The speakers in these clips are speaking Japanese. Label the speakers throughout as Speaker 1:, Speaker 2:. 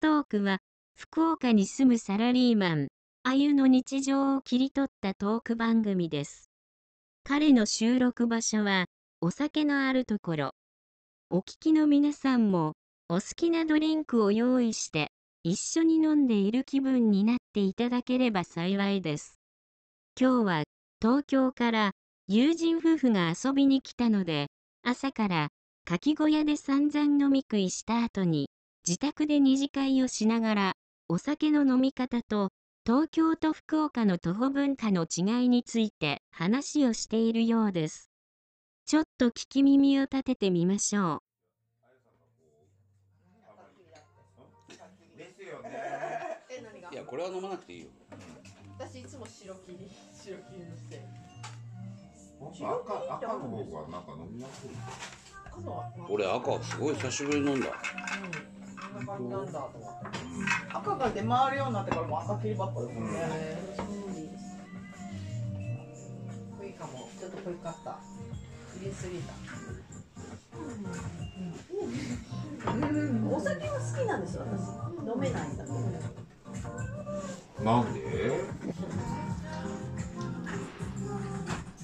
Speaker 1: トークは、福岡に住むサラリーマン、あゆの日常を切り取ったトーク番組です。彼の収録場所は、お酒のあるところ。お聞きの皆さんも、お好きなドリンクを用意して、一緒に飲んでいる気分になっていただければ幸いです。今日は、東京から友人夫婦が遊びに来たので、朝からかき小屋で散々飲み食いした後に、自宅で二次会をしながら、お酒の飲み方と、東京と福岡の徒歩文化の違いについて話をしているようです。ちょっと聞き耳を立ててみましょう。
Speaker 2: ですよね。
Speaker 3: え、何が
Speaker 2: い。や、これは飲まなくていいよ。
Speaker 3: 私いつも白切り、白切りにして。
Speaker 4: なんか赤赤の方がなんか飲みやすい。
Speaker 3: 赤のは。
Speaker 2: 俺、赤、すごい久しぶりに飲んだ。
Speaker 3: こんな感じなんだと思って。赤が出回るようになってからも赤切りばっかだもんね。濃いかも。ちょっと濃いかった。切りすぎた。うんお酒は好きなんですよ。私飲めないんだけど。
Speaker 4: なんで？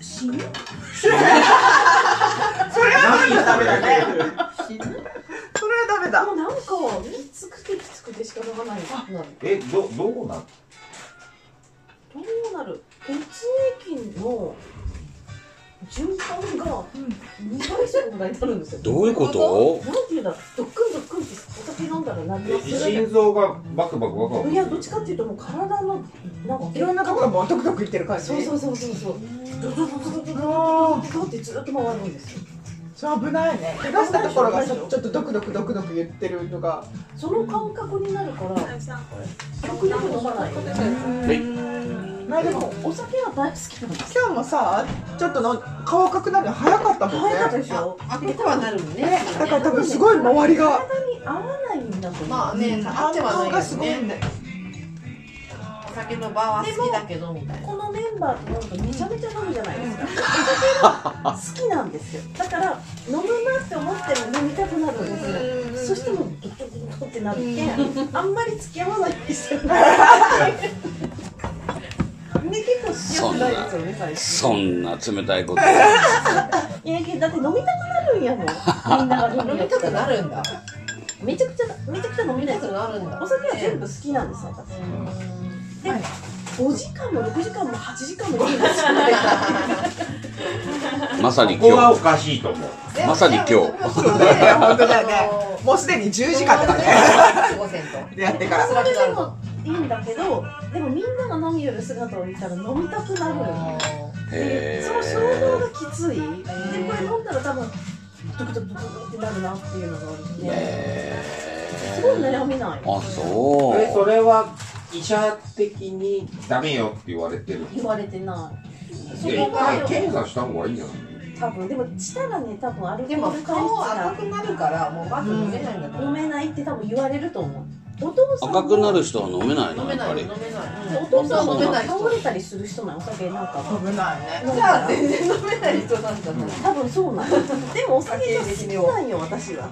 Speaker 3: 死ぬ。
Speaker 4: 何食べたね。
Speaker 3: 死ぬ。
Speaker 5: それはダメだ
Speaker 3: もうなんかきつくてきつくて仕方がないなる
Speaker 4: え、どどうなっ
Speaker 3: どうなる血液の循環が2倍速ぐらいになるんですよ
Speaker 2: どういうこと
Speaker 3: なんていうんだろうドックンドックンってお酒飲んだらなり
Speaker 4: て？
Speaker 3: ます
Speaker 4: え、心臓がバクバクバクバク。
Speaker 3: いやどっちかっていうともう体のなんか
Speaker 5: いろんなところもトクトクいってる感じ
Speaker 3: そうそうそうそうそうドドドドドドド
Speaker 5: あ
Speaker 3: ドドってずっと回るんですよ
Speaker 5: ーそれ危ないね怪我したところがちょっとドクドクドクドク言ってるのが
Speaker 3: その感覚になるから極力飲まないよね
Speaker 5: まあで
Speaker 3: で
Speaker 5: も
Speaker 3: もお酒は大好きなんです
Speaker 5: 今日もさちょっとの顔赤くなるの早かったもんね
Speaker 3: 早かったでしょ開けてはなるもんね
Speaker 5: だから多分すごい周りが
Speaker 3: 体に合わないんだと思う
Speaker 6: まあね、あ
Speaker 5: 反
Speaker 6: ってはない
Speaker 5: 応
Speaker 6: よ
Speaker 5: がすごい
Speaker 6: ね。
Speaker 5: ね
Speaker 6: お酒の場は好きだけどみたいな。
Speaker 3: このメンバーとなんかめちゃめちゃ飲むじゃないですか、お 酒が好きなんですよだから飲むなって思っても飲みたくなるんですよそしてもうドッドッドッドッってなってあんまり付き合わないんですよで結構強くないですよね最初
Speaker 2: そんな冷たいこと。
Speaker 3: いやいやだって飲みたくなるんやもんみんなが飲
Speaker 6: 飲
Speaker 3: み
Speaker 6: みたくなるんだ。
Speaker 3: めちゃくちゃめちゃくちゃ飲み
Speaker 6: 飲
Speaker 3: た
Speaker 6: み
Speaker 3: いで
Speaker 6: た
Speaker 3: すよ
Speaker 6: くなるんだ。
Speaker 3: お酒は全部好きなんです私5時間も6時間も8時間も飲みますよね
Speaker 2: まさに
Speaker 4: ここは
Speaker 2: 今
Speaker 4: おかしいと思う。
Speaker 2: まさに今日
Speaker 5: そうだよね本当だよねもうすでに10時間だからね
Speaker 6: 過ごせんと。
Speaker 5: やってから
Speaker 3: それでもいいんだけどでもみんなが飲みよる姿を見たら飲みたくなるの
Speaker 2: 日。
Speaker 3: で
Speaker 2: へ
Speaker 3: その衝動がきついでこれ飲んだら多分ドクドクドクドクってなるなっていうのがあるんで
Speaker 2: え。
Speaker 3: すごい悩みない
Speaker 2: あ、そ。
Speaker 4: え、そうれは医者的にダメよって言われてる。
Speaker 3: 言われてないそ
Speaker 4: いや、
Speaker 3: こ
Speaker 4: 一回
Speaker 3: が
Speaker 4: 検査した方がいいんじゃない？
Speaker 3: 多分でもしたらね多分アルコ
Speaker 6: で
Speaker 3: ー
Speaker 6: も
Speaker 3: ル
Speaker 6: 顔は
Speaker 3: が
Speaker 6: 赤くなるからもうまず飲めないんだから。
Speaker 3: 飲めないって多分言われると思うお父さんも
Speaker 2: 赤くなる人は飲めない
Speaker 6: 飲
Speaker 2: の、
Speaker 6: め
Speaker 2: やっ
Speaker 6: な
Speaker 2: ぱ
Speaker 6: い
Speaker 2: り
Speaker 6: 飲。めない。
Speaker 3: お父さん
Speaker 2: も
Speaker 3: も
Speaker 6: 飲めない人
Speaker 3: 倒。れたりする人なんお酒なんか
Speaker 5: 危ないね
Speaker 3: 飲ん
Speaker 6: じ
Speaker 3: だ
Speaker 6: ゃあ
Speaker 3: ら
Speaker 6: 全然飲めない人なんじゃない。じ
Speaker 3: 多分そうなん でもお酒が好きなんよ私は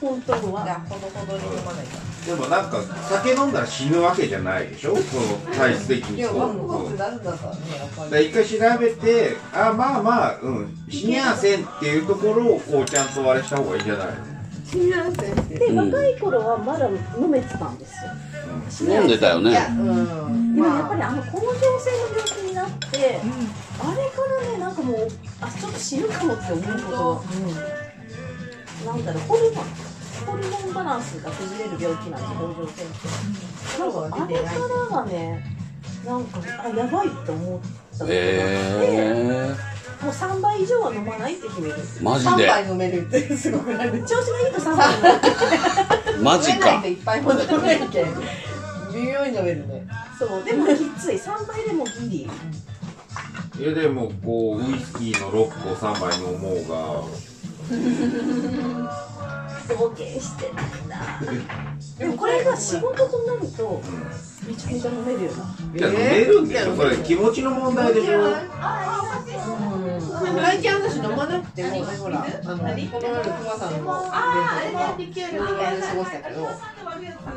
Speaker 3: 本当は
Speaker 6: ゃあほどほどに飲まないと。
Speaker 4: でもなんか酒飲んだら死ぬわけじゃないでしょ？その体質的に
Speaker 6: で
Speaker 4: そう。
Speaker 6: もワクワ
Speaker 4: う
Speaker 6: ク
Speaker 4: ん
Speaker 6: なるんだったらねやっぱ
Speaker 4: だ
Speaker 6: り。
Speaker 4: から一回調べて、あ、まあまあ、うん、死にやせんっていうところをこうちゃんとあれした方がいいんじゃないの？
Speaker 3: で
Speaker 2: うん
Speaker 3: 若い頃はまだ飲めてたんですよ
Speaker 2: 飲んでたよ
Speaker 6: いや
Speaker 2: ね。
Speaker 6: うん。
Speaker 3: でもやっ
Speaker 6: ま
Speaker 3: ぱり
Speaker 6: あ
Speaker 3: あの甲状腺の病気になってあれからねなんかもうあちょっと死ぬかもって思うことがなんだろうホルモンホルモンバランスが崩れる病気なんですよ甲状腺ってなんかあれからがねなんかあやばいって思ったことがあって
Speaker 2: へ
Speaker 3: もう3倍以上は飲まないって決める
Speaker 2: え。マジ
Speaker 6: 三
Speaker 2: で。
Speaker 6: 杯飲めるってすごくない。
Speaker 3: 調子がいいと3杯飲む
Speaker 2: マジ
Speaker 6: 飲めない
Speaker 2: か
Speaker 6: と。いっぱいも飲めるけん。微妙に飲めるね。
Speaker 3: そうでもきつい3倍でもギリ
Speaker 4: いやでもこうウイスキーのロックを3杯飲もうが
Speaker 3: 冒険してないなでもこれが仕事となるとめちゃめちゃ飲めるよない
Speaker 4: や飲めるんでしょ、
Speaker 6: えー
Speaker 4: それ気持ちの問題でしょ
Speaker 6: いや
Speaker 3: うん
Speaker 6: ライチ話飲まなくても、ほら、あの、この
Speaker 5: 何
Speaker 6: 間の熊さんのイベント
Speaker 5: あ
Speaker 6: が
Speaker 5: あれねリキュール
Speaker 6: こんな感じで過ごしたけど、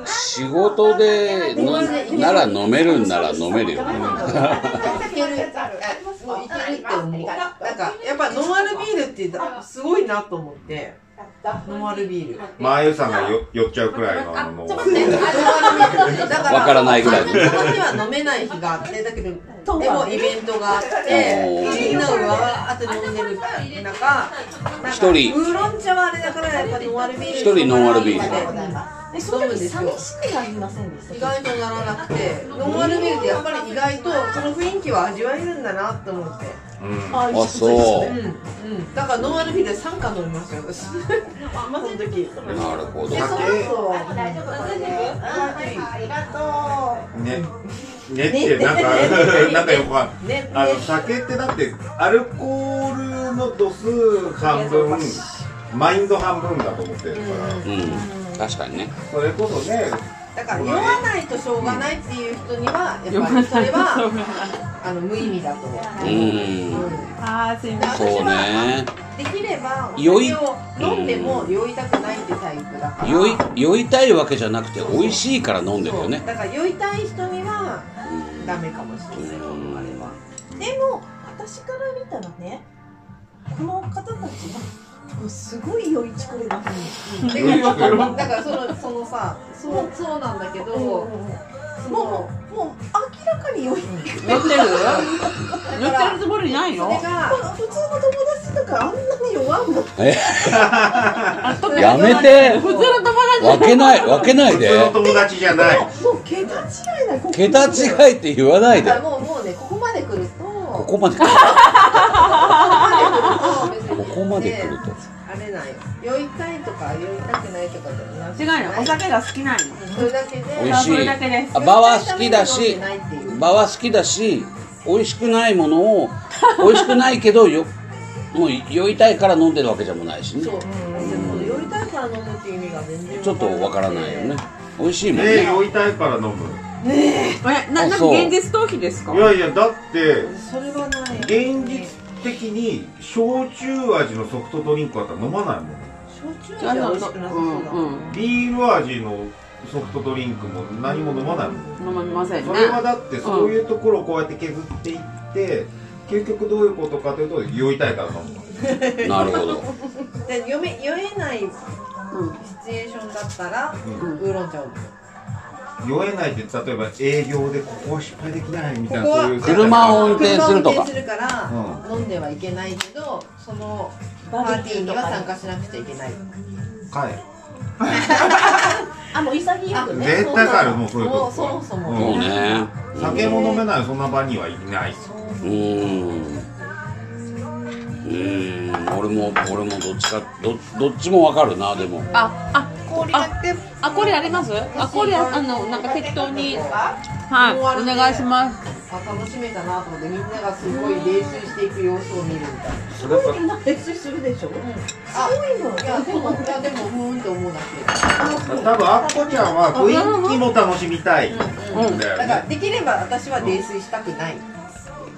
Speaker 2: 仕事でのなら飲めるんなら飲めるよ
Speaker 6: いける、あもういけるって思う。なんか、やっぱノンアルビールってすごいなと思って、ノンアルビール。ノン
Speaker 4: まあゆさんがよ酔っちゃうくらいのあのもう
Speaker 6: アルビール。だから、
Speaker 2: わからないぐらい
Speaker 6: たまには飲めない日があって、だけど、でもイベントがあって、みんながわーって飲んでる中、
Speaker 2: 一
Speaker 6: なんか
Speaker 2: 人
Speaker 6: ウーロン茶はあれだから、やっぱノンアルビール。
Speaker 2: 一人ノンアルビール
Speaker 6: で
Speaker 3: でその時寂しくなりませんでし
Speaker 6: 意
Speaker 3: た
Speaker 6: 外とならなくてノンアルビールってやっぱり意外とその雰囲気は味わえるんだなって思って
Speaker 4: うん
Speaker 3: あ
Speaker 2: あそう
Speaker 6: うんうんだからノンアルビールで3缶飲みましたよ私まその時
Speaker 2: なるほど
Speaker 6: でその後
Speaker 3: 大丈夫ありがと
Speaker 4: ねねってなんかなんかよくわかんない
Speaker 6: ね
Speaker 4: あの酒ってだってアルコールの度数半分マインド半分だと思ってるから、
Speaker 2: うん確かにね
Speaker 4: それこそね
Speaker 6: だから酔わないとしょうがないっていう人にはやっぱりそれはあの無意味だと思
Speaker 2: う
Speaker 6: う
Speaker 2: ん
Speaker 5: ああすいません
Speaker 2: そうね
Speaker 6: できれば
Speaker 2: 酔い
Speaker 6: お酒を飲んでも酔いたくないってタイプだから
Speaker 2: 酔い酔いたいわけじゃなくて美味しいから飲んでるよね
Speaker 6: そうだから酔いたい人にはダメかもしれない
Speaker 2: うん
Speaker 6: あれは
Speaker 3: うでも私から見たらねこの方たちがすごい酔いちくれだと思
Speaker 6: だからだからそのそのさそうそうなんだけど、
Speaker 3: う
Speaker 6: その
Speaker 3: もうもう明らかに酔い
Speaker 6: 言って
Speaker 7: 言ってる
Speaker 6: だ
Speaker 7: 言っ
Speaker 6: か
Speaker 7: て
Speaker 6: ら
Speaker 7: るつもりない
Speaker 6: そ
Speaker 7: よ
Speaker 6: れが
Speaker 3: 普通の友達とかあんなに酔わんもん
Speaker 2: やめて
Speaker 7: 普通の友
Speaker 2: 分けない分けない
Speaker 4: 普
Speaker 2: で
Speaker 4: 通の友達じゃない
Speaker 3: もう桁違いなここ
Speaker 2: 桁違いって言わない
Speaker 6: だ
Speaker 2: で
Speaker 6: からもうもうねここまで来ると
Speaker 2: こ
Speaker 6: こ
Speaker 2: こまで来るこ
Speaker 6: こまで来ると
Speaker 2: こまで来る
Speaker 6: ね
Speaker 2: と
Speaker 6: あれない酔いたいとか酔いたくないとかじゃなく
Speaker 7: 達
Speaker 6: て
Speaker 7: 違うよお酒が好きなの
Speaker 6: それだけで
Speaker 2: 美味しい
Speaker 7: それだけです
Speaker 2: あ場は好きだし
Speaker 6: 酔いたいために飲んでないっていう
Speaker 2: 場は好きだし美味しくないものを美味しくないけどよ もう酔いたいから飲んでるわけじゃもないしね
Speaker 6: そう、うん、でも酔いたいから飲むっていう意味が全然
Speaker 2: ちょっとわからないよね美味しいもん
Speaker 4: ね
Speaker 2: ね
Speaker 4: 酔いたいから飲む
Speaker 7: えななん
Speaker 2: あ
Speaker 7: か
Speaker 2: そう
Speaker 7: 現実逃避ですか
Speaker 4: いやいやだって
Speaker 6: それはない
Speaker 4: 現実的に焼酎味のソフトドリンクあったら飲まないもん
Speaker 6: 焼酎味は美味しくなさ
Speaker 7: う
Speaker 6: そうだもん
Speaker 7: んうん
Speaker 4: ビール味のソフトドリンクも何も飲まないもん
Speaker 7: 飲みませんね
Speaker 4: それはだってそういうところをこうやって削っていって究極どういうことかというと酔いたいから飲む
Speaker 2: なるほど
Speaker 6: で読め酔えないシ
Speaker 7: うん
Speaker 6: チュエーションだったら、
Speaker 4: うん
Speaker 6: ウーロン茶を飲む
Speaker 4: 酔えないって例えば営業でここは失敗できないみたいな
Speaker 6: ここは
Speaker 4: そういう
Speaker 2: 車を運転
Speaker 6: 車
Speaker 2: す
Speaker 6: を運
Speaker 2: るとか
Speaker 6: 転するから、飲んではいけないけどそのパ
Speaker 3: バーベ
Speaker 6: ーテ
Speaker 3: キ
Speaker 6: ィ
Speaker 3: ュ
Speaker 6: ー
Speaker 3: ーと
Speaker 6: には
Speaker 3: か
Speaker 6: 参加しなくちゃいけない
Speaker 4: はい
Speaker 3: あもう潔くね
Speaker 4: 絶対帰るもうそういうとこ
Speaker 6: もうそもそも、
Speaker 4: ん
Speaker 2: そうね
Speaker 4: 酒も飲めないそんな場にはいない
Speaker 2: うんうん俺も俺もどっちかどどっちもわかるなでも
Speaker 7: ああ
Speaker 6: 氷だけ
Speaker 7: あこれありますあこれあのなんか適当にはいお願いします
Speaker 6: あ楽しめたなと思ってみんながすごい泥酔していく様子を見るみたいな
Speaker 4: それか
Speaker 3: みんな別にするでしょ
Speaker 6: あ
Speaker 3: そういうの
Speaker 6: いやでもいやでもうーんって思うだ
Speaker 4: 多分あっこちゃんは雰囲気も楽しみたいん
Speaker 6: け、
Speaker 4: だ
Speaker 6: だ
Speaker 4: よ
Speaker 6: から
Speaker 4: ね
Speaker 6: できれば私は泥酔したくない、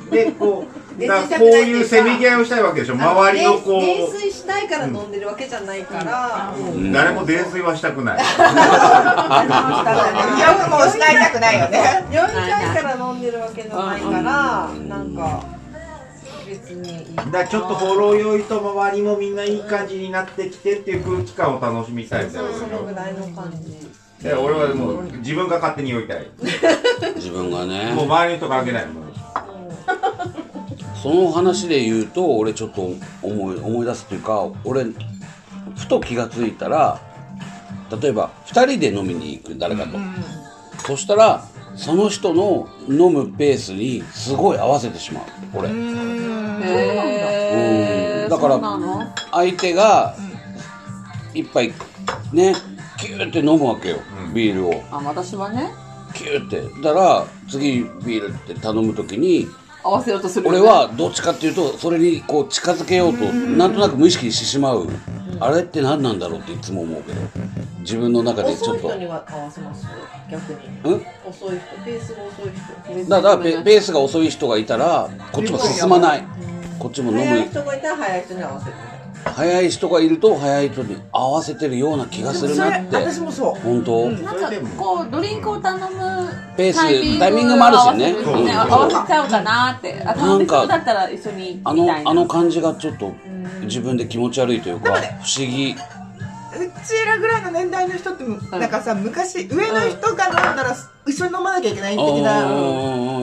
Speaker 4: でこう
Speaker 6: で
Speaker 4: だからこういうせめぎ合いをしたいわけでしょ周りのこ
Speaker 6: 泥酔泥
Speaker 4: う
Speaker 6: 酔したいから飲んでるわけじゃないから、うん
Speaker 2: ん
Speaker 4: 誰も泥酔はしたく ない
Speaker 5: よくもうしたいたくないよね
Speaker 6: 酔いたいから飲んでるわけじゃないから、なんか別にいいか
Speaker 4: だ
Speaker 6: な
Speaker 4: からちょっとほろ酔いと周りもみんないい感じになってきてっていう空気感を楽しみたいみたいな
Speaker 6: そのぐらいの感じ
Speaker 4: で俺はもう自分が勝手に酔いたい
Speaker 2: 自分がね
Speaker 4: もう周りの人関係ないもう
Speaker 2: その話で言うと俺ちょっと思い思い出すというか俺ふと気がついたら例えば2人で飲みに行く誰かと、そしたらその人の飲むペースにすごい合わせてしまう俺、
Speaker 7: へ
Speaker 2: う
Speaker 7: え
Speaker 2: んだから
Speaker 7: そうなの
Speaker 2: 相手が一杯ねキューって飲むわけよ、ビールを
Speaker 7: あ私はね
Speaker 2: キューってだから次ビールって頼む時に
Speaker 7: 合わせようとするよね
Speaker 2: 俺はどっちかっていうとそれにこう近づけようとなんとなく無意識にしてしまうあれって何なんだろうっていつも思うけど自分の中でち
Speaker 6: 遅
Speaker 2: ょっ
Speaker 6: い
Speaker 2: と
Speaker 6: 人には合わせます逆に
Speaker 2: うん
Speaker 6: 遅い人ペースが遅い人
Speaker 2: だからペペースが遅い人がいたらこっちも進まないこっちも飲
Speaker 6: 早い
Speaker 2: む
Speaker 6: 人がいたら早い人に合わせるみたいな
Speaker 2: 早い人がいると早い人に合わせてるような気がするなって
Speaker 7: 私もそう
Speaker 2: 本当、
Speaker 5: なんかこうドリンクを頼む
Speaker 2: ペース
Speaker 5: タイミング
Speaker 2: タイミングもあるしね
Speaker 5: を合わせる
Speaker 2: うん
Speaker 5: 合わせちゃうかなってあ頼んでそうだったら一緒にみ
Speaker 2: あ
Speaker 5: たい
Speaker 2: の
Speaker 5: な
Speaker 2: あの感じがちょっと自分で気持ち悪いというか不思議
Speaker 7: ちらぐらいの年代の人ってなんかさ昔上の人が飲んだら一緒に飲まなきゃいけない的な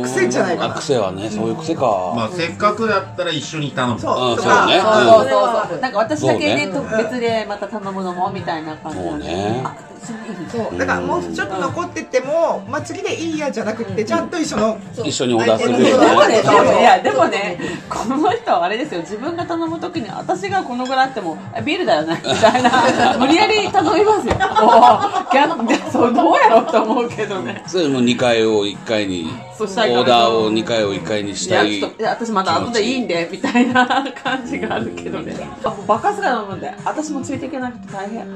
Speaker 7: 癖じゃないかな
Speaker 2: あ癖はねそういう癖
Speaker 4: ま
Speaker 2: か、
Speaker 4: あせっかくだったら一緒に頼む
Speaker 7: そ
Speaker 2: あ
Speaker 7: うと
Speaker 2: そうね
Speaker 7: か
Speaker 5: そう
Speaker 6: う
Speaker 5: そ
Speaker 6: ん
Speaker 5: うそうなんか私だけね
Speaker 2: そう
Speaker 5: 特別でまた頼むのもみたいな感じ
Speaker 2: そう
Speaker 5: なんで
Speaker 2: ね
Speaker 5: あ私もいい
Speaker 7: そうだからもうちょっと残っててもまあ次でいいやじゃなくってちゃんと一緒の
Speaker 2: 一緒にオーダーするよ
Speaker 5: で
Speaker 2: ね
Speaker 5: もね、で
Speaker 7: そう
Speaker 5: もいやでもね、この人はあれですよ、自分が頼むときに、私がこのぐらいあっても、あビールだよね、みたいな、無理やり頼みますよ、おーギャンギャそうどうやろうと思うけどね、
Speaker 2: それも2回を1回にオ
Speaker 5: そうしたいから
Speaker 2: ーダーを2回を1回にし
Speaker 5: い
Speaker 2: た
Speaker 5: や、
Speaker 2: い
Speaker 5: ちょっと、いや私まだ後でいいんで、みたいな感じがあるけどね、あもうバカすが飲むんで、私もついていけなくて大変、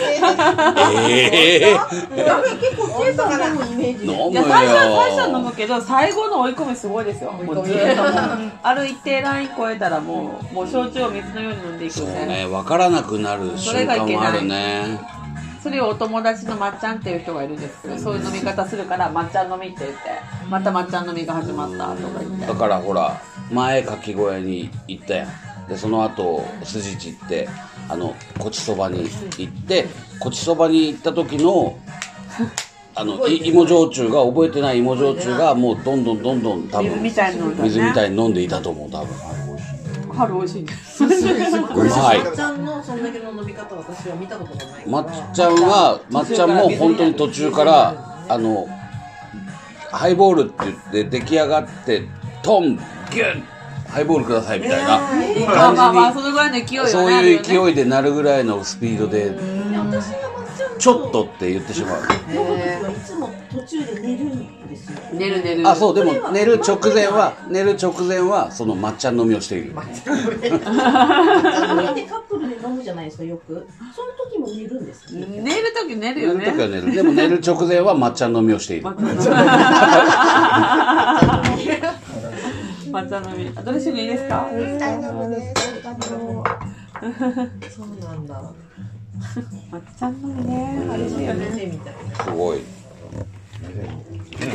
Speaker 2: ええ
Speaker 3: 結構ケイさんでもイメージ
Speaker 2: 飲むよ
Speaker 5: いや、最初は最初は飲むけど、最後の追い込み、すごいですよ、もうずっともう、ある一定ライン超えたら、もう、もう焼酎を水のように飲んでいく
Speaker 2: そ
Speaker 5: み
Speaker 2: う
Speaker 5: たいな。
Speaker 2: ね分からなくなる瞬間もあるね
Speaker 5: それをお友達のまっちゃんっていう人がいるんですけど、そういう飲み方するから、まっちゃん飲みって言って、またまっちゃん飲みが始まったとか言って
Speaker 2: だ。からほら前かき小屋に行ったやんでその後筋地行ってあのこちそばに行ってこちそばに行った時の あのい芋焼酎が覚えてない芋焼酎がもうどんどんどんどん多
Speaker 5: 水
Speaker 2: 分
Speaker 5: みたいなのだね。
Speaker 2: 水みたいに飲んでいたと思う多分
Speaker 5: 春美味しいんです。
Speaker 2: うまい
Speaker 6: まっちゃんのそんだけの飲み方私は見たことがないから
Speaker 2: まっちゃんはまっちゃんも本当に途中からあのハイボールって言って出来上がってトンギュンハイボールくださいみたいな
Speaker 5: まあまあまあ、そのぐらいの勢いはね。
Speaker 2: そういう
Speaker 5: あるよね
Speaker 2: 勢いでなるぐらいのスピードで
Speaker 3: 私がまっちゃん
Speaker 2: ちょっとって言ってしまう
Speaker 3: 飲む時はいつも途中で寝るんですよ
Speaker 5: 寝る寝る。
Speaker 2: あそうでも寝る直前は寝る直前はその抹茶飲みをしている
Speaker 3: 飲みでカップルで飲むじゃないですかよくその時も寝るんですか
Speaker 5: 寝るとき寝る
Speaker 2: 寝
Speaker 5: よ
Speaker 2: る
Speaker 5: ね
Speaker 2: 時。は寝るでも寝る直前は抹茶飲みをしている
Speaker 5: まっちゃん飲み。ドレッシングいいですか
Speaker 6: そうなんだ
Speaker 5: まっちゃん飲みね。美味しいよね。
Speaker 6: 先生みたいな
Speaker 2: すごい
Speaker 4: ね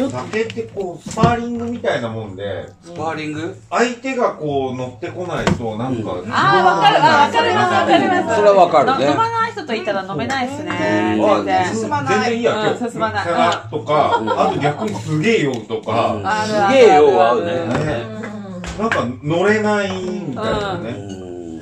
Speaker 4: 酒ってこうスパーリングみたいなもんで
Speaker 2: スパーリング
Speaker 4: 相手がこう乗ってこないとなん
Speaker 5: あー、
Speaker 4: か
Speaker 5: わかる。あ、わかります、わかります。
Speaker 2: それはわかるね
Speaker 5: の飲まない人といたら飲めないですね。
Speaker 4: あ
Speaker 5: 全然。
Speaker 7: 進まない
Speaker 4: 全然いいや
Speaker 5: うん
Speaker 4: 今日
Speaker 5: 進まない
Speaker 4: さらっとか、あと逆にすげえよとか、
Speaker 5: あ
Speaker 2: す
Speaker 5: るある
Speaker 2: げえよう合うね
Speaker 4: ねなんか乗れないみたいなね、
Speaker 2: うん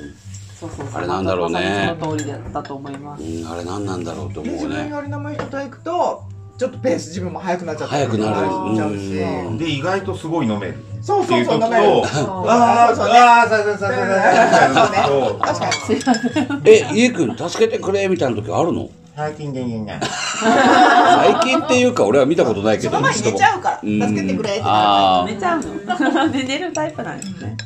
Speaker 5: そうそうそう
Speaker 2: あれなんだろうね
Speaker 5: その通りだったと思います。
Speaker 2: うんあれ何なんだろうと
Speaker 7: で
Speaker 2: 思
Speaker 7: 自
Speaker 2: う
Speaker 7: 分
Speaker 2: ね
Speaker 7: より飲む人と行くとちょっとペース自分も速くなっちゃったり
Speaker 2: 早くなる
Speaker 7: しちゃうし
Speaker 2: うん
Speaker 4: で意外とすごい飲めるっ
Speaker 7: そう
Speaker 4: て
Speaker 7: そ
Speaker 4: いうう
Speaker 7: そう
Speaker 4: 時
Speaker 7: 飲
Speaker 4: と、あ
Speaker 7: める
Speaker 4: ーあー、
Speaker 7: そうそう
Speaker 4: あー、さささささささと、
Speaker 7: 確かに
Speaker 2: え家くん助けてくれみたいな時あるの
Speaker 4: 最近で言うね。
Speaker 2: 最近っていうか俺は見たことないけ
Speaker 7: そ
Speaker 2: ど
Speaker 7: の前に寝ちゃうか
Speaker 2: ん
Speaker 7: ら助けてくれってなる
Speaker 2: あ
Speaker 5: 寝ちゃうの寝てるタイプなんですね。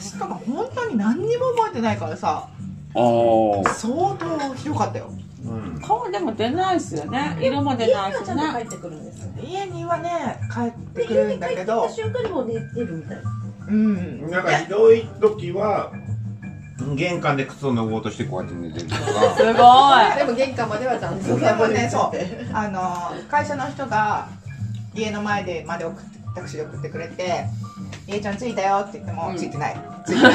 Speaker 7: しかも本当に何にも覚えてないからさ
Speaker 2: ーあー
Speaker 7: 相当ひどかったよ
Speaker 4: うん
Speaker 5: 顔でも出ないですよね。色も出ないし
Speaker 3: ちゃんと帰
Speaker 5: ね。
Speaker 3: ってくるんですか
Speaker 7: 家にはね帰って
Speaker 3: で
Speaker 7: く
Speaker 3: 家
Speaker 7: る
Speaker 3: に
Speaker 7: ん
Speaker 3: 帰っ
Speaker 7: だ
Speaker 3: て
Speaker 7: け
Speaker 3: き
Speaker 7: ど
Speaker 3: た瞬間にもう寝てるみたいな
Speaker 7: うん
Speaker 4: なんかひどい時は、玄関で靴を脱ごうとしてこうやって寝てると
Speaker 5: す
Speaker 4: か、
Speaker 5: ごい。
Speaker 6: でも玄関まではちゃん
Speaker 7: でもねそうあの会社の人が家の前でまで送ってタクシーで送ってくれて「家ちゃん着いたよ」って言っても「
Speaker 5: うん
Speaker 7: 着いてない」「着いてない」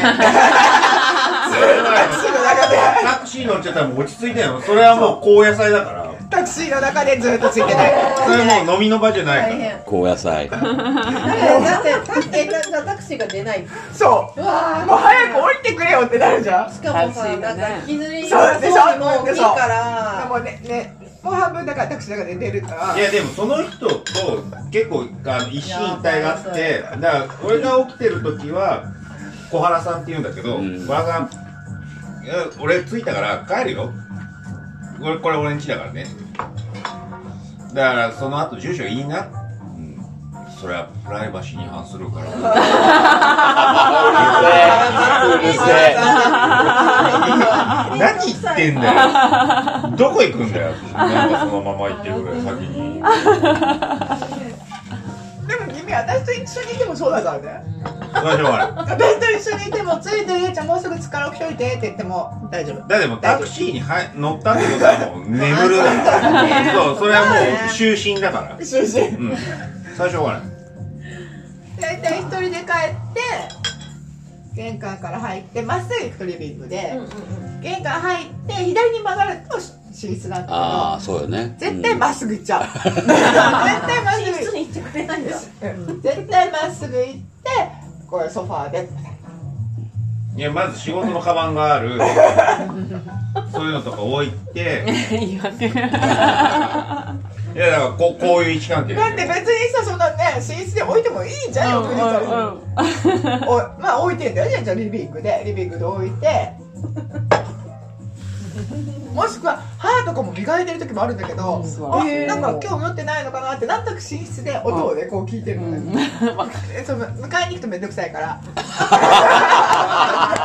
Speaker 7: タクシーの中で
Speaker 4: タクシー乗っちゃったらもう落ち着いたよ。それはもう高野菜だから。
Speaker 7: タクシーの中でずっとついてない。
Speaker 4: それはもう飲みの場じゃないから。
Speaker 2: 高野菜
Speaker 6: だってだってタクシーが出ない
Speaker 7: そう。
Speaker 6: うわ
Speaker 7: もう早く降りてくれよってなるじゃん。
Speaker 6: しかもさ、なんか引きずり
Speaker 7: そうでしょ
Speaker 6: も大きいから
Speaker 7: もうね、ね、もう半分だからタクシーの中で寝るから。
Speaker 4: いやでもその人と結構あの一進一退があってだから俺が起きてる時は小原さんって言うんだけど
Speaker 2: うん
Speaker 4: 小原さんいや「俺着いたから帰るよ俺これ俺ん家だからね」だからその後住所いいな、うん、それはプライバシーに反するから
Speaker 2: うるせえ
Speaker 4: 何言ってんだよどこ行く んだよ なんかそのまま行ってくれ先に
Speaker 7: でも君
Speaker 5: ね私と一緒にいてもそうだからね
Speaker 4: それはしょうがない
Speaker 5: 私と一緒にいてもついてねちゃんもうすぐ疲れ起きといてって言っても大丈夫
Speaker 4: だってもうタクシーには乗ったってことはもう眠る そうそれはもう就寝だから
Speaker 5: 一緒一緒
Speaker 4: うんそれはしょうがない
Speaker 5: 大体一人で帰って玄関から入ってまっすぐ行くとリビングで、玄関入って左に曲がると寝室なん
Speaker 2: あ
Speaker 5: だ
Speaker 2: あそうよね
Speaker 5: けど絶対まっすぐ行っちゃう、絶対まっすぐ
Speaker 3: 室に行ってくれないんだ
Speaker 5: 絶対まっすぐ行ってこれソファーで
Speaker 4: いやまず仕事のカバンがあるそういうのとか置い て
Speaker 7: 言い訳
Speaker 4: いやだからこうこういう位置関係で
Speaker 5: だ
Speaker 4: す
Speaker 5: っ
Speaker 4: よ
Speaker 5: て別にさそんなね寝室で置いてもいいじゃんよ、
Speaker 7: うんうん
Speaker 5: おまあ置いてんだよじゃあじゃあリビングでリビングで置い てもしくは歯とかも磨いてる時もあるんだけど、
Speaker 7: うん
Speaker 5: あなんか今日持ってないのかなってなんとなく寝室で音をねこう聞いてるのね、えその迎えに行くと面倒くさいから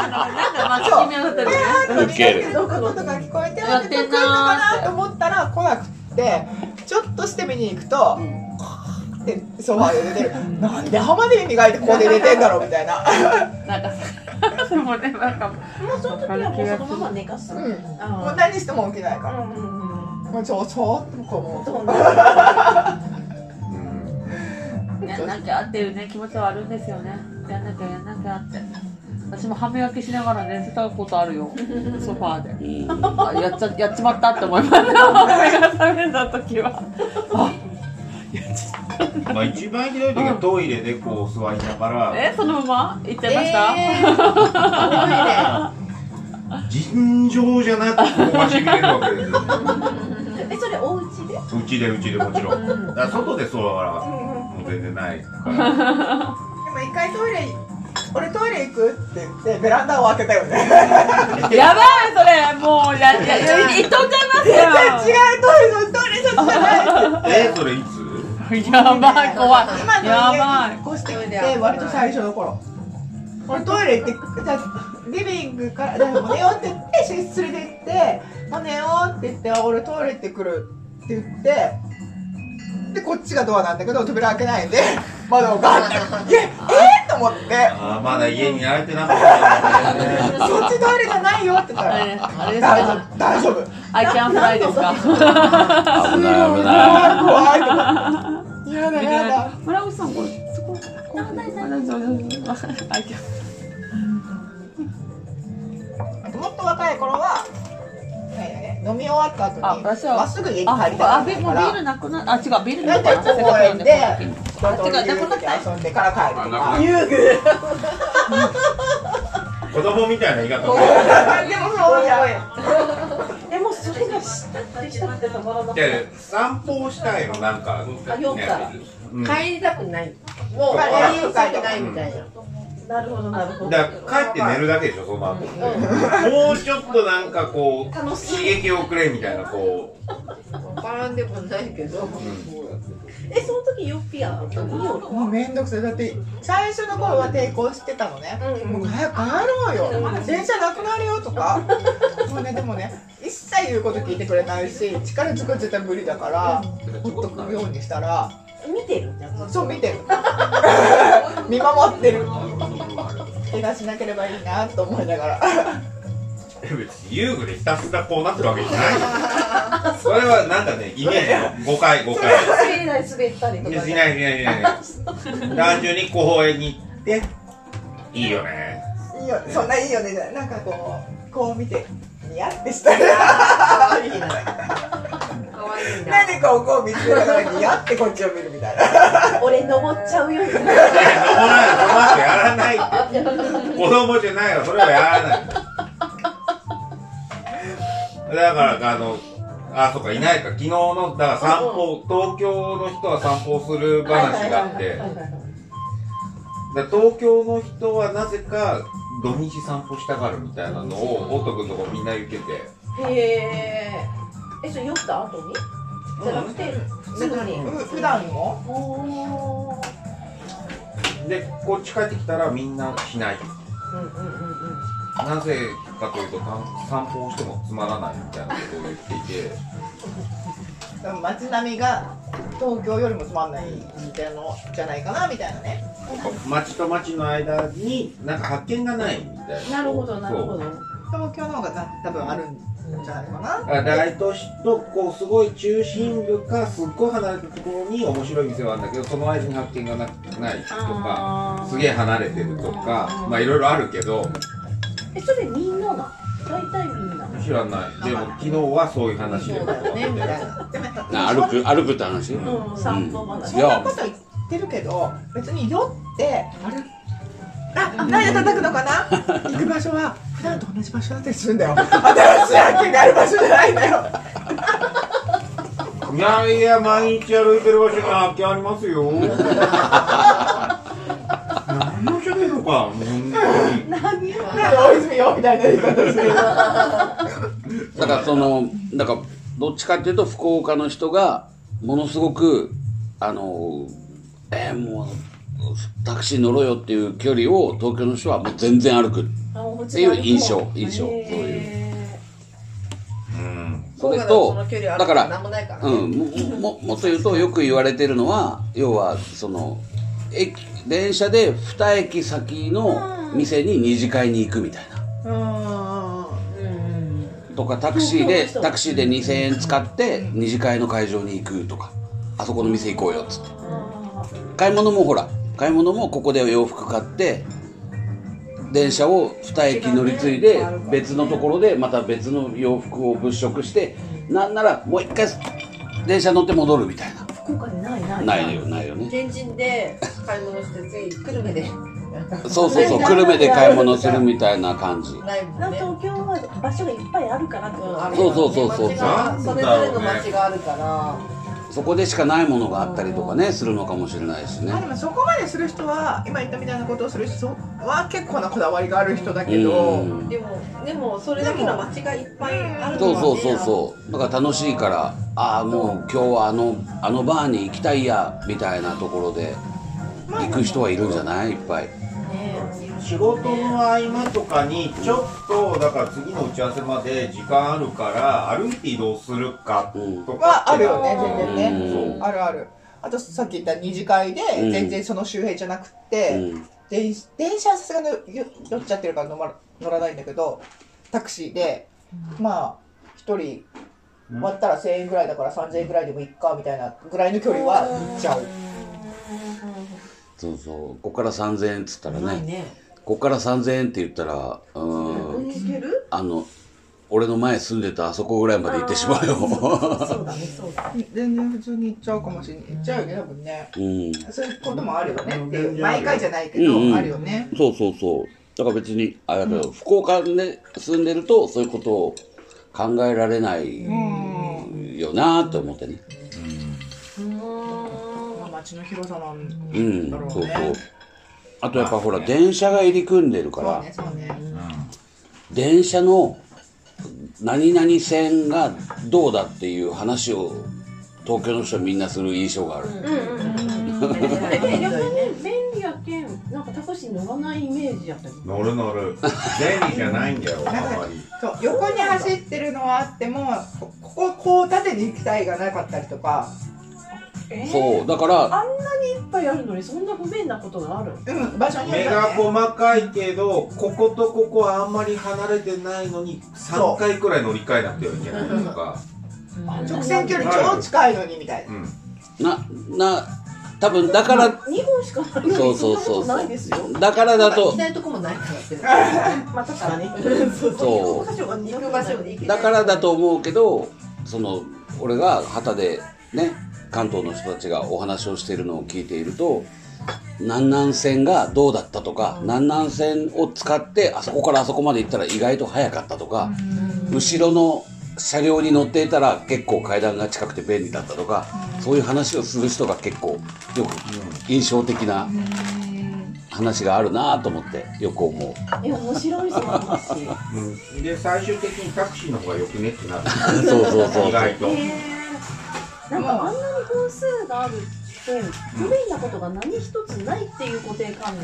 Speaker 7: まあ聞き目だったりね
Speaker 5: 歯とか磨いてる音とか聞こえてあ
Speaker 7: や
Speaker 5: っ
Speaker 7: ってて
Speaker 5: 来る
Speaker 7: ん
Speaker 5: のか
Speaker 7: なーって
Speaker 5: なと思ったら来なくってちょっとして見に行くと、でソファーで寝てるなんで歯まで磨いてここで寝てんだろうみたいな。
Speaker 7: なんかさそれもねなんか
Speaker 3: もうその時はもうそのまま寝かす
Speaker 5: うんもう
Speaker 3: あ
Speaker 5: 何しても起きないか
Speaker 3: ー
Speaker 5: ら、
Speaker 3: うんうんうん
Speaker 5: もうちょちょっとこうもう
Speaker 3: どんな
Speaker 7: やんなきゃっていうね気持ちはあるんですよねやんなきゃやんなきゃって私も歯磨きしながら寝てたことあるよソファーで
Speaker 2: うん
Speaker 7: あやっちゃやっちまったって思いました目が覚めた時は
Speaker 4: まあ一番ひどい時はトイレでこう座りながら
Speaker 7: えそのまま行っちゃいました、
Speaker 4: 尋常じゃなくここがしびれるわけですよ
Speaker 3: えそれお家で
Speaker 4: うちでうちでもちろんだから外で座るからもう全然ないか
Speaker 5: でも
Speaker 4: ら
Speaker 5: 一回トイレ俺トイレ行くって言ってベランダを開けたよね
Speaker 7: やばいそれもうやややいいっとんじゃいます
Speaker 5: 違
Speaker 7: よ
Speaker 5: うトイレのトイレちょっとじゃないって
Speaker 4: えそれいつ
Speaker 7: やばい怖い
Speaker 5: 今の
Speaker 7: やば
Speaker 5: 家
Speaker 7: い
Speaker 5: に越してきて割と最初の頃俺トイレ行ってじゃあリビングからでも寝ようって言って寝室連れて行ってもう寝ようって言って俺トイレ行ってくるって言ってでこっちがドアなんだけど扉開けないで窓をガッていやえっ、と思って
Speaker 4: あーまだ家に慣れてなかったですね
Speaker 5: そっちトイレじゃないよって言った
Speaker 7: あ
Speaker 5: ら
Speaker 7: れあれです
Speaker 5: 大丈
Speaker 7: か
Speaker 5: 夫大丈夫
Speaker 7: アキャンフライですか
Speaker 2: 危ない危ない
Speaker 5: 怖い怖いやだやだ
Speaker 7: 村口さんこれそこここアイキャン
Speaker 5: もっと若い頃はえー飲み終わった後に
Speaker 7: あ私は
Speaker 5: まっすぐ家に帰り
Speaker 7: あ、
Speaker 5: たか
Speaker 7: あ、
Speaker 5: っ
Speaker 7: ビー
Speaker 5: た
Speaker 7: ル
Speaker 5: か
Speaker 7: もうビール
Speaker 5: ら
Speaker 7: なくな、あ、違う、ビール
Speaker 5: な
Speaker 7: なんくな
Speaker 5: か
Speaker 7: っ
Speaker 5: ちょ
Speaker 7: た
Speaker 5: っと公園で
Speaker 7: あ、
Speaker 5: 人と
Speaker 7: 違う、な
Speaker 5: 遊
Speaker 7: くなった。
Speaker 5: んでから帰るとか
Speaker 3: 遊具
Speaker 4: 子供みたいな言い方
Speaker 5: でもそうじゃん
Speaker 3: でもそれがしたってしたってたまらなかっ
Speaker 4: いや散歩をしたいのなんか、
Speaker 3: あようか
Speaker 4: うん
Speaker 6: 帰りたくない
Speaker 5: もう帰りよ帰り
Speaker 6: な
Speaker 5: ない
Speaker 6: いみたいな
Speaker 3: たなるほどなるほど
Speaker 4: だから帰って寝るだけでしょその後って、もうちょっとなんかこう
Speaker 3: 楽しい
Speaker 4: 刺激をくれみたいなこう
Speaker 6: 絡んでもないけど
Speaker 3: えその時ヨッピアいいよ
Speaker 5: もうめんどくさいだって最初の頃は抵抗してたのね、もう早く帰ろうよ電車なくなるよとかもうねでもね一切言うこと聞いてくれないし力尽くしてたら無理だからほっとくようにしたら
Speaker 3: 見てるじゃん
Speaker 5: そう見てる 見守ってる怪我しなければいいなと思いながら
Speaker 4: 別に遊具でひたすらこうなってるわけじゃない よそれはなんかねイメージの誤解誤解
Speaker 3: 滑り台滑ったりと
Speaker 4: い
Speaker 3: か
Speaker 4: やしないしないしない単純に公園に行っていいよね
Speaker 5: いいよそんないいよねじゃないなんかこうこう見てニヤってしたら
Speaker 6: 可愛いな可愛いな
Speaker 5: 何かをこう見つけながらニヤってこっちを見るみたいな
Speaker 3: 俺登っちゃうよ
Speaker 4: いやそこなんかそんなことやらないって子供じゃないわそれはやらないだからあのあそっかいないか昨日のだから散歩東京の人は散歩をする話があってだから東京の人はなぜか土日散歩したがるみたいなのを音くんとこみんな言ってて
Speaker 3: へええそれ酔った後にじゃなくて普通に
Speaker 5: 普段も
Speaker 3: おー
Speaker 4: でこっち帰ってきたらみんなしないなぜかというとた散歩をしてもつまらないみたいなことを言っていて
Speaker 5: 多分街並みが東京よりもつまんないみたいのじゃないかなみたいなね
Speaker 4: 町と町の間になんか発見がないみたいな
Speaker 3: なるほどなるほど
Speaker 4: そう
Speaker 5: 東京の方がな多分あるんじゃないかな、
Speaker 4: あ大都市とこうすごい中心部かすっごい離れたところに面白い店はあるんだけどその間に発見がなないとか
Speaker 3: あ
Speaker 4: すげえ離れてるとかまあいろいろあるけど
Speaker 3: ーえそれみんなな大体みんな
Speaker 4: 知らないでも昨日はそういう話で
Speaker 5: そうだよねみたいなでも
Speaker 2: な歩く歩くって話、うん
Speaker 3: うん散歩話
Speaker 5: そんなこと言ってるけど別に酔ってあれあ、何で叩くのかな行く場所は普段と同じ場所だったりするんだよ 新しい発見 がある場所じゃないんだよ
Speaker 4: いやいや毎日歩いてる場所に発見ありますよ何の喋るのかもう本当に
Speaker 5: なんで大泉洋みたいな言い方する
Speaker 2: だからそのなんかどっちかっていうと福岡の人がものすごくあのえー、もうタクシー乗ろうよっていう距離を東京の人はもう全然歩くっていう印象印象そういう
Speaker 4: うん
Speaker 2: それ
Speaker 6: そ
Speaker 2: と
Speaker 6: の距離
Speaker 2: だ
Speaker 6: ある
Speaker 2: か
Speaker 6: から
Speaker 2: ら
Speaker 6: 何もないから
Speaker 2: う
Speaker 6: ね
Speaker 2: んも ももっと言うとよく言われてるのは要はその駅電車で2駅先の店に二次会に行くみたいな。
Speaker 5: うーん
Speaker 2: とかタクシーでタクシーで2000円使って二次会の会場に行くとかあそこの店行こうよっつって買い物もほら買い物もここで洋服買って電車を2駅乗り継いで別のところでまた別の洋服を物色してなんならもう一回電車乗って戻るみたいな
Speaker 3: 福岡にないない
Speaker 2: ないよないよね
Speaker 6: 天神で買い物して次久留米で
Speaker 2: そうそうそう久留米で買い物するみたいな感じ
Speaker 6: ないも
Speaker 3: なんんか
Speaker 6: ね
Speaker 3: 東京は場所がいっぱいあるからってことだね
Speaker 2: そうそうそうそう
Speaker 6: 街がそれぞれの街があるから
Speaker 2: そこでしかないものがあったりとかねするのかもしれないしね
Speaker 5: まあでもそこまでする人は今言ったみたいなことをする人は結構なこだわりがある人だけど、
Speaker 2: うん
Speaker 6: でもでもそれだけの街がいっぱいあるの
Speaker 2: そ
Speaker 6: は
Speaker 2: う
Speaker 6: ね
Speaker 2: そうそうそうだから楽しいからああもう今日はあのあのバーに行きたいやみたいなところで行く人はいるんじゃないいっぱい
Speaker 4: 仕事の合間とかにちょっとだから次の打ち合わせまで時間あるから歩いて移動するかとか
Speaker 5: はあるよね全然
Speaker 2: う
Speaker 5: ね
Speaker 2: ん
Speaker 5: あるあるあとさっき言った二次会で
Speaker 2: うん
Speaker 5: 全然その周辺じゃなくて、
Speaker 2: うん
Speaker 5: 電電車はさすがに酔酔っちゃってるから乗ま乗らないんだけどタクシーでまあ一人割ったら1000円ぐらいだから3000円ぐらいでもいっかみたいなぐらいの距離は行っちゃう
Speaker 2: そうそうここから3000円っつったら
Speaker 6: ない
Speaker 2: ね
Speaker 6: ね
Speaker 2: ここから3000円って言ったらうーん
Speaker 3: 行ける
Speaker 2: あの俺の前住んでたあそこぐらいまで行ってしまう よ
Speaker 3: そうだねそうだ
Speaker 5: 全然普通に行っちゃうかもしれない行っちゃうよね多分ね
Speaker 2: うん
Speaker 5: そういうこともあるよねって
Speaker 4: う
Speaker 5: い
Speaker 4: ん
Speaker 5: う毎回じゃないけど、
Speaker 2: うんうん
Speaker 5: あるよね
Speaker 2: そうそうそうだから別にあれだけど、福岡で住んでるとそういうことを考えられないよなーって思ってね
Speaker 5: まあ街の広さなんだろう
Speaker 2: う
Speaker 5: ね、
Speaker 2: ん、そうそうあとやっぱほら電車が入り組んでるか
Speaker 5: そう
Speaker 2: ら
Speaker 5: ねそうね
Speaker 2: 電車の何々線がどうだっていう話を東京の人はみんなする印象がある、
Speaker 3: ね逆に便利やけんなんかタクシー乗らないイメージやったけど
Speaker 4: 乗る 乗る便利じゃないんだよあんまり
Speaker 5: そう横に走ってるのはあってもここここう縦に行きたいがなかったりとか
Speaker 3: えー
Speaker 2: そうだから
Speaker 3: あんなにいっぱいあるのにそんな不便なことがある
Speaker 5: うん場所によ
Speaker 4: 目
Speaker 5: って
Speaker 4: が
Speaker 5: はね
Speaker 4: 細かいけどこことここはあんまり離れてないのに3回くらい乗り換えなくてはいけないとか
Speaker 5: 直線距離超近いのにみたいな
Speaker 4: うん
Speaker 2: なな多分だから
Speaker 3: 2本しかないの
Speaker 2: そ
Speaker 3: に
Speaker 2: うそ
Speaker 3: そん
Speaker 2: うそ
Speaker 3: なこ
Speaker 2: う
Speaker 3: とないですよ
Speaker 2: だからだ
Speaker 6: 行
Speaker 2: と
Speaker 6: きたいとこもないからって行
Speaker 3: まあ確かに
Speaker 2: そう
Speaker 3: 箇所が2
Speaker 6: く場所に行けない
Speaker 2: だからだと思うけどその俺が旗でね関東の人たちがお話をしているのを聞いていると南南線がどうだったとか南南線を使ってあそこからあそこまで行ったら意外と早かったとか後ろの車両に乗っていたら結構階段が近くて便利だったとかそういう話をする人が結構よく印象的な話があるなと思ってよく思う。
Speaker 3: え面白いその話
Speaker 4: うんで最終的にタクシーの方がよくねってなる
Speaker 2: そうそうそう
Speaker 4: 意外と
Speaker 3: へーなんかあんなに本数があるって不便なことが何一つないっていう固定観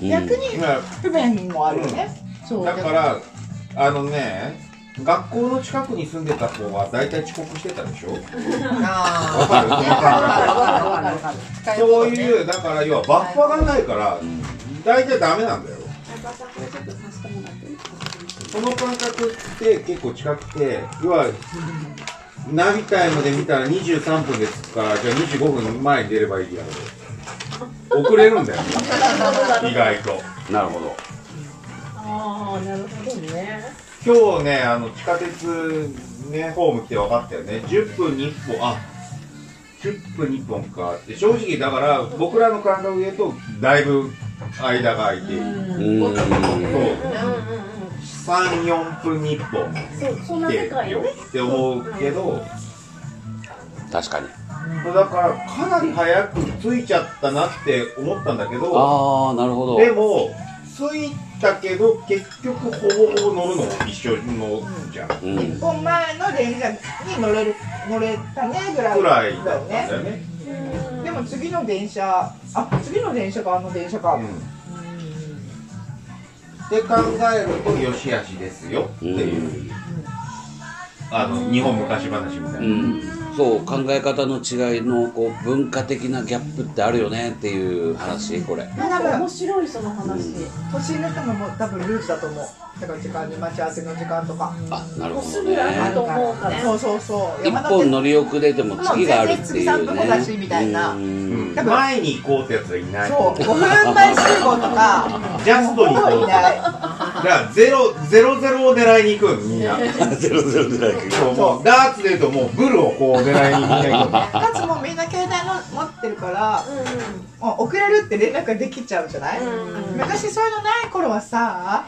Speaker 3: 念なんだ
Speaker 2: うん
Speaker 5: 逆に
Speaker 4: まあ
Speaker 5: 不便もあるよね、そう
Speaker 4: だからあのね学校の近くに住んでた子は大体遅刻してたでしょ
Speaker 6: あ
Speaker 4: わ
Speaker 6: あ。わかる
Speaker 4: かる
Speaker 6: わかるわかるわかる。使こ
Speaker 4: そう
Speaker 6: とね
Speaker 4: いうだから要はバッファがないから大体ダメなんだよその感覚って結構近くて要はナビタイムで見たら23分で着くからじゃあ25分前に出ればいいや遅れるんだよね意外と
Speaker 2: なるほど
Speaker 3: ああなるほどね
Speaker 4: 今日ねあの地下鉄ねホーム来て分かったよね10分に1本あ10分に1本かって正直だから僕らの感覚で言うとだいぶ間が空いている
Speaker 2: うー
Speaker 4: そうん34分に1本
Speaker 3: そうそんな
Speaker 4: 来
Speaker 3: 世
Speaker 4: て
Speaker 3: 界
Speaker 4: よ
Speaker 3: よね
Speaker 4: って思うけど
Speaker 2: 確かに
Speaker 4: だからかなり早く着いちゃったなって思ったんだけど
Speaker 2: ああなるほど
Speaker 4: でも着いたけど結局ほぼほぼ乗るの一緒のじゃん
Speaker 2: うん
Speaker 5: 本前の電車に乗れる乗れたねぐらい
Speaker 4: ぐらいだっ
Speaker 5: だ
Speaker 4: た
Speaker 5: よ
Speaker 4: んだよ
Speaker 5: ね
Speaker 4: ね
Speaker 5: でも次の電車あ次の電車かあの電車か、
Speaker 4: で考えるとよしあしですよっていう、あの日本昔話みたいな、
Speaker 2: うんそう考え方の違いのこう文化的なギャップってあるよねっていう話これ
Speaker 3: なんか面白いその話
Speaker 5: 都心の人ももう多分ルーズだと思うだから時間に待ち合わせの時間とか、
Speaker 2: あなる
Speaker 3: もう
Speaker 2: ほ
Speaker 3: す
Speaker 2: ど
Speaker 3: ぐあ
Speaker 2: ね
Speaker 3: ると思うから
Speaker 5: そうそうそう
Speaker 2: 一本乗り遅れても次があるっていう
Speaker 5: もう全然次散歩だしみたいな
Speaker 2: ね
Speaker 5: 多分
Speaker 4: 前に行こうってやつはいない
Speaker 5: そう5分前集合とか
Speaker 4: ジャストに行こう
Speaker 5: もうい
Speaker 4: だ
Speaker 5: ない
Speaker 4: からゼロゼロゼロを狙いに行くのみんな
Speaker 2: ゼロゼロじゃないけど
Speaker 4: そうもうダーツで言うともうブルをこう狙いにみんな行くの
Speaker 5: かつもうみんな携帯の持ってるから
Speaker 3: うんうん
Speaker 5: もう遅れるって連絡ができちゃうじゃない、
Speaker 3: うん
Speaker 5: 昔そういうのない頃はさ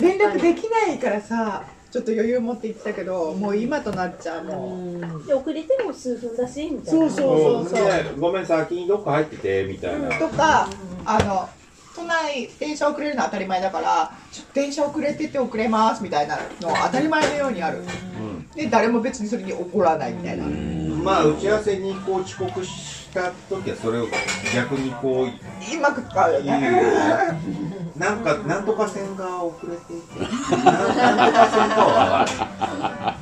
Speaker 5: 連絡できないからさちょっと余裕持って行ってたけどもう今となっちゃうも
Speaker 3: で遅れても数分だしみ たい
Speaker 5: そ
Speaker 3: な
Speaker 5: うそうそうそう
Speaker 4: もうごめん先にどっか入っててみたいな、
Speaker 5: うとかあの都内電車遅れるの当たり前だからちょっと電車遅れてて遅れますみたいなの当たり前のようにあるで誰も別にそれに怒らないみたいな
Speaker 4: うんまあ打ち合わせにこう遅刻した時はそれを逆にこう
Speaker 5: 今く使うよ
Speaker 4: いいよ
Speaker 5: ね
Speaker 4: なんか、なんとか線が遅れていて、なんとか線かは分からない。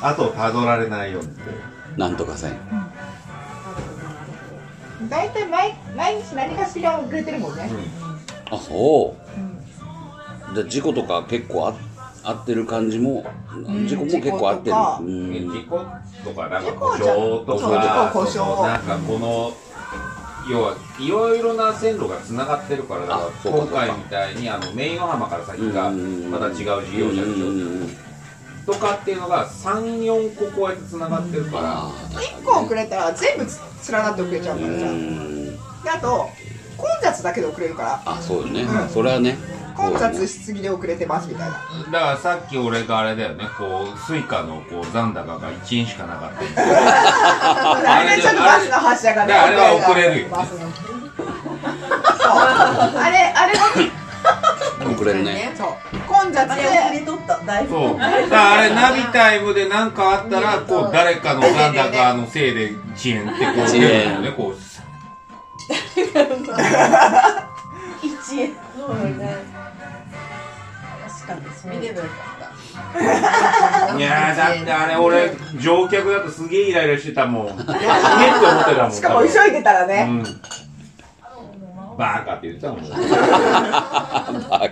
Speaker 4: あと、たどられないようにって。
Speaker 2: なんとかせん
Speaker 5: 大体毎毎日何かしら遅れてるもんね
Speaker 2: あそうじゃあ事故とか結構あ合ってる感じも
Speaker 5: ん
Speaker 2: 事故も結構合って
Speaker 5: 事故とか
Speaker 2: るうん
Speaker 4: 事故とか、なんか
Speaker 5: 事
Speaker 4: 故
Speaker 5: 故じゃん
Speaker 4: 障と
Speaker 5: そう事
Speaker 4: か、
Speaker 5: 故故障
Speaker 4: そのなんかこの、要はいろいろな線路がつながってるから、だから
Speaker 2: あそうかそう
Speaker 4: 今
Speaker 2: か
Speaker 4: 回みたいにあのメイン横浜から先が
Speaker 2: うん
Speaker 4: また違う事業者でしょとかっていうのが3、4個こうやってつながってるから、
Speaker 5: 1個遅れたら全部つ連なって遅れちゃうからじゃん
Speaker 2: うん
Speaker 5: であと混雑だけで遅れるから
Speaker 2: あそうよね、
Speaker 5: うん
Speaker 2: それはね
Speaker 5: 混雑しすぎで遅れてますみたいな
Speaker 4: だからさっき俺があれだよね、こう、スイカのこう残高が1円しかなかった。
Speaker 5: 来年ちょっとバスの発車がね
Speaker 4: あれは遅れるよ
Speaker 5: バスのそうあれあれも
Speaker 2: そうよね遅れる ね
Speaker 5: そう混雑
Speaker 6: あれ遅
Speaker 5: で
Speaker 6: れとっただいぶ。
Speaker 4: そう。だからあれ、ナビタイムで何かあったら、こう、誰かのなんだかのせいで遅延ってこう、
Speaker 2: 遅延
Speaker 4: 出るのね、 こう。
Speaker 6: 一円。そうだね。確かにそう。見ればよかった。
Speaker 4: いやー、だってあれ、俺、乗客だとすげえイライラしてたもん。 えって思ってたもん。
Speaker 5: しかも急いでたらね
Speaker 4: うん。バーカって言ってたもん。
Speaker 2: バカ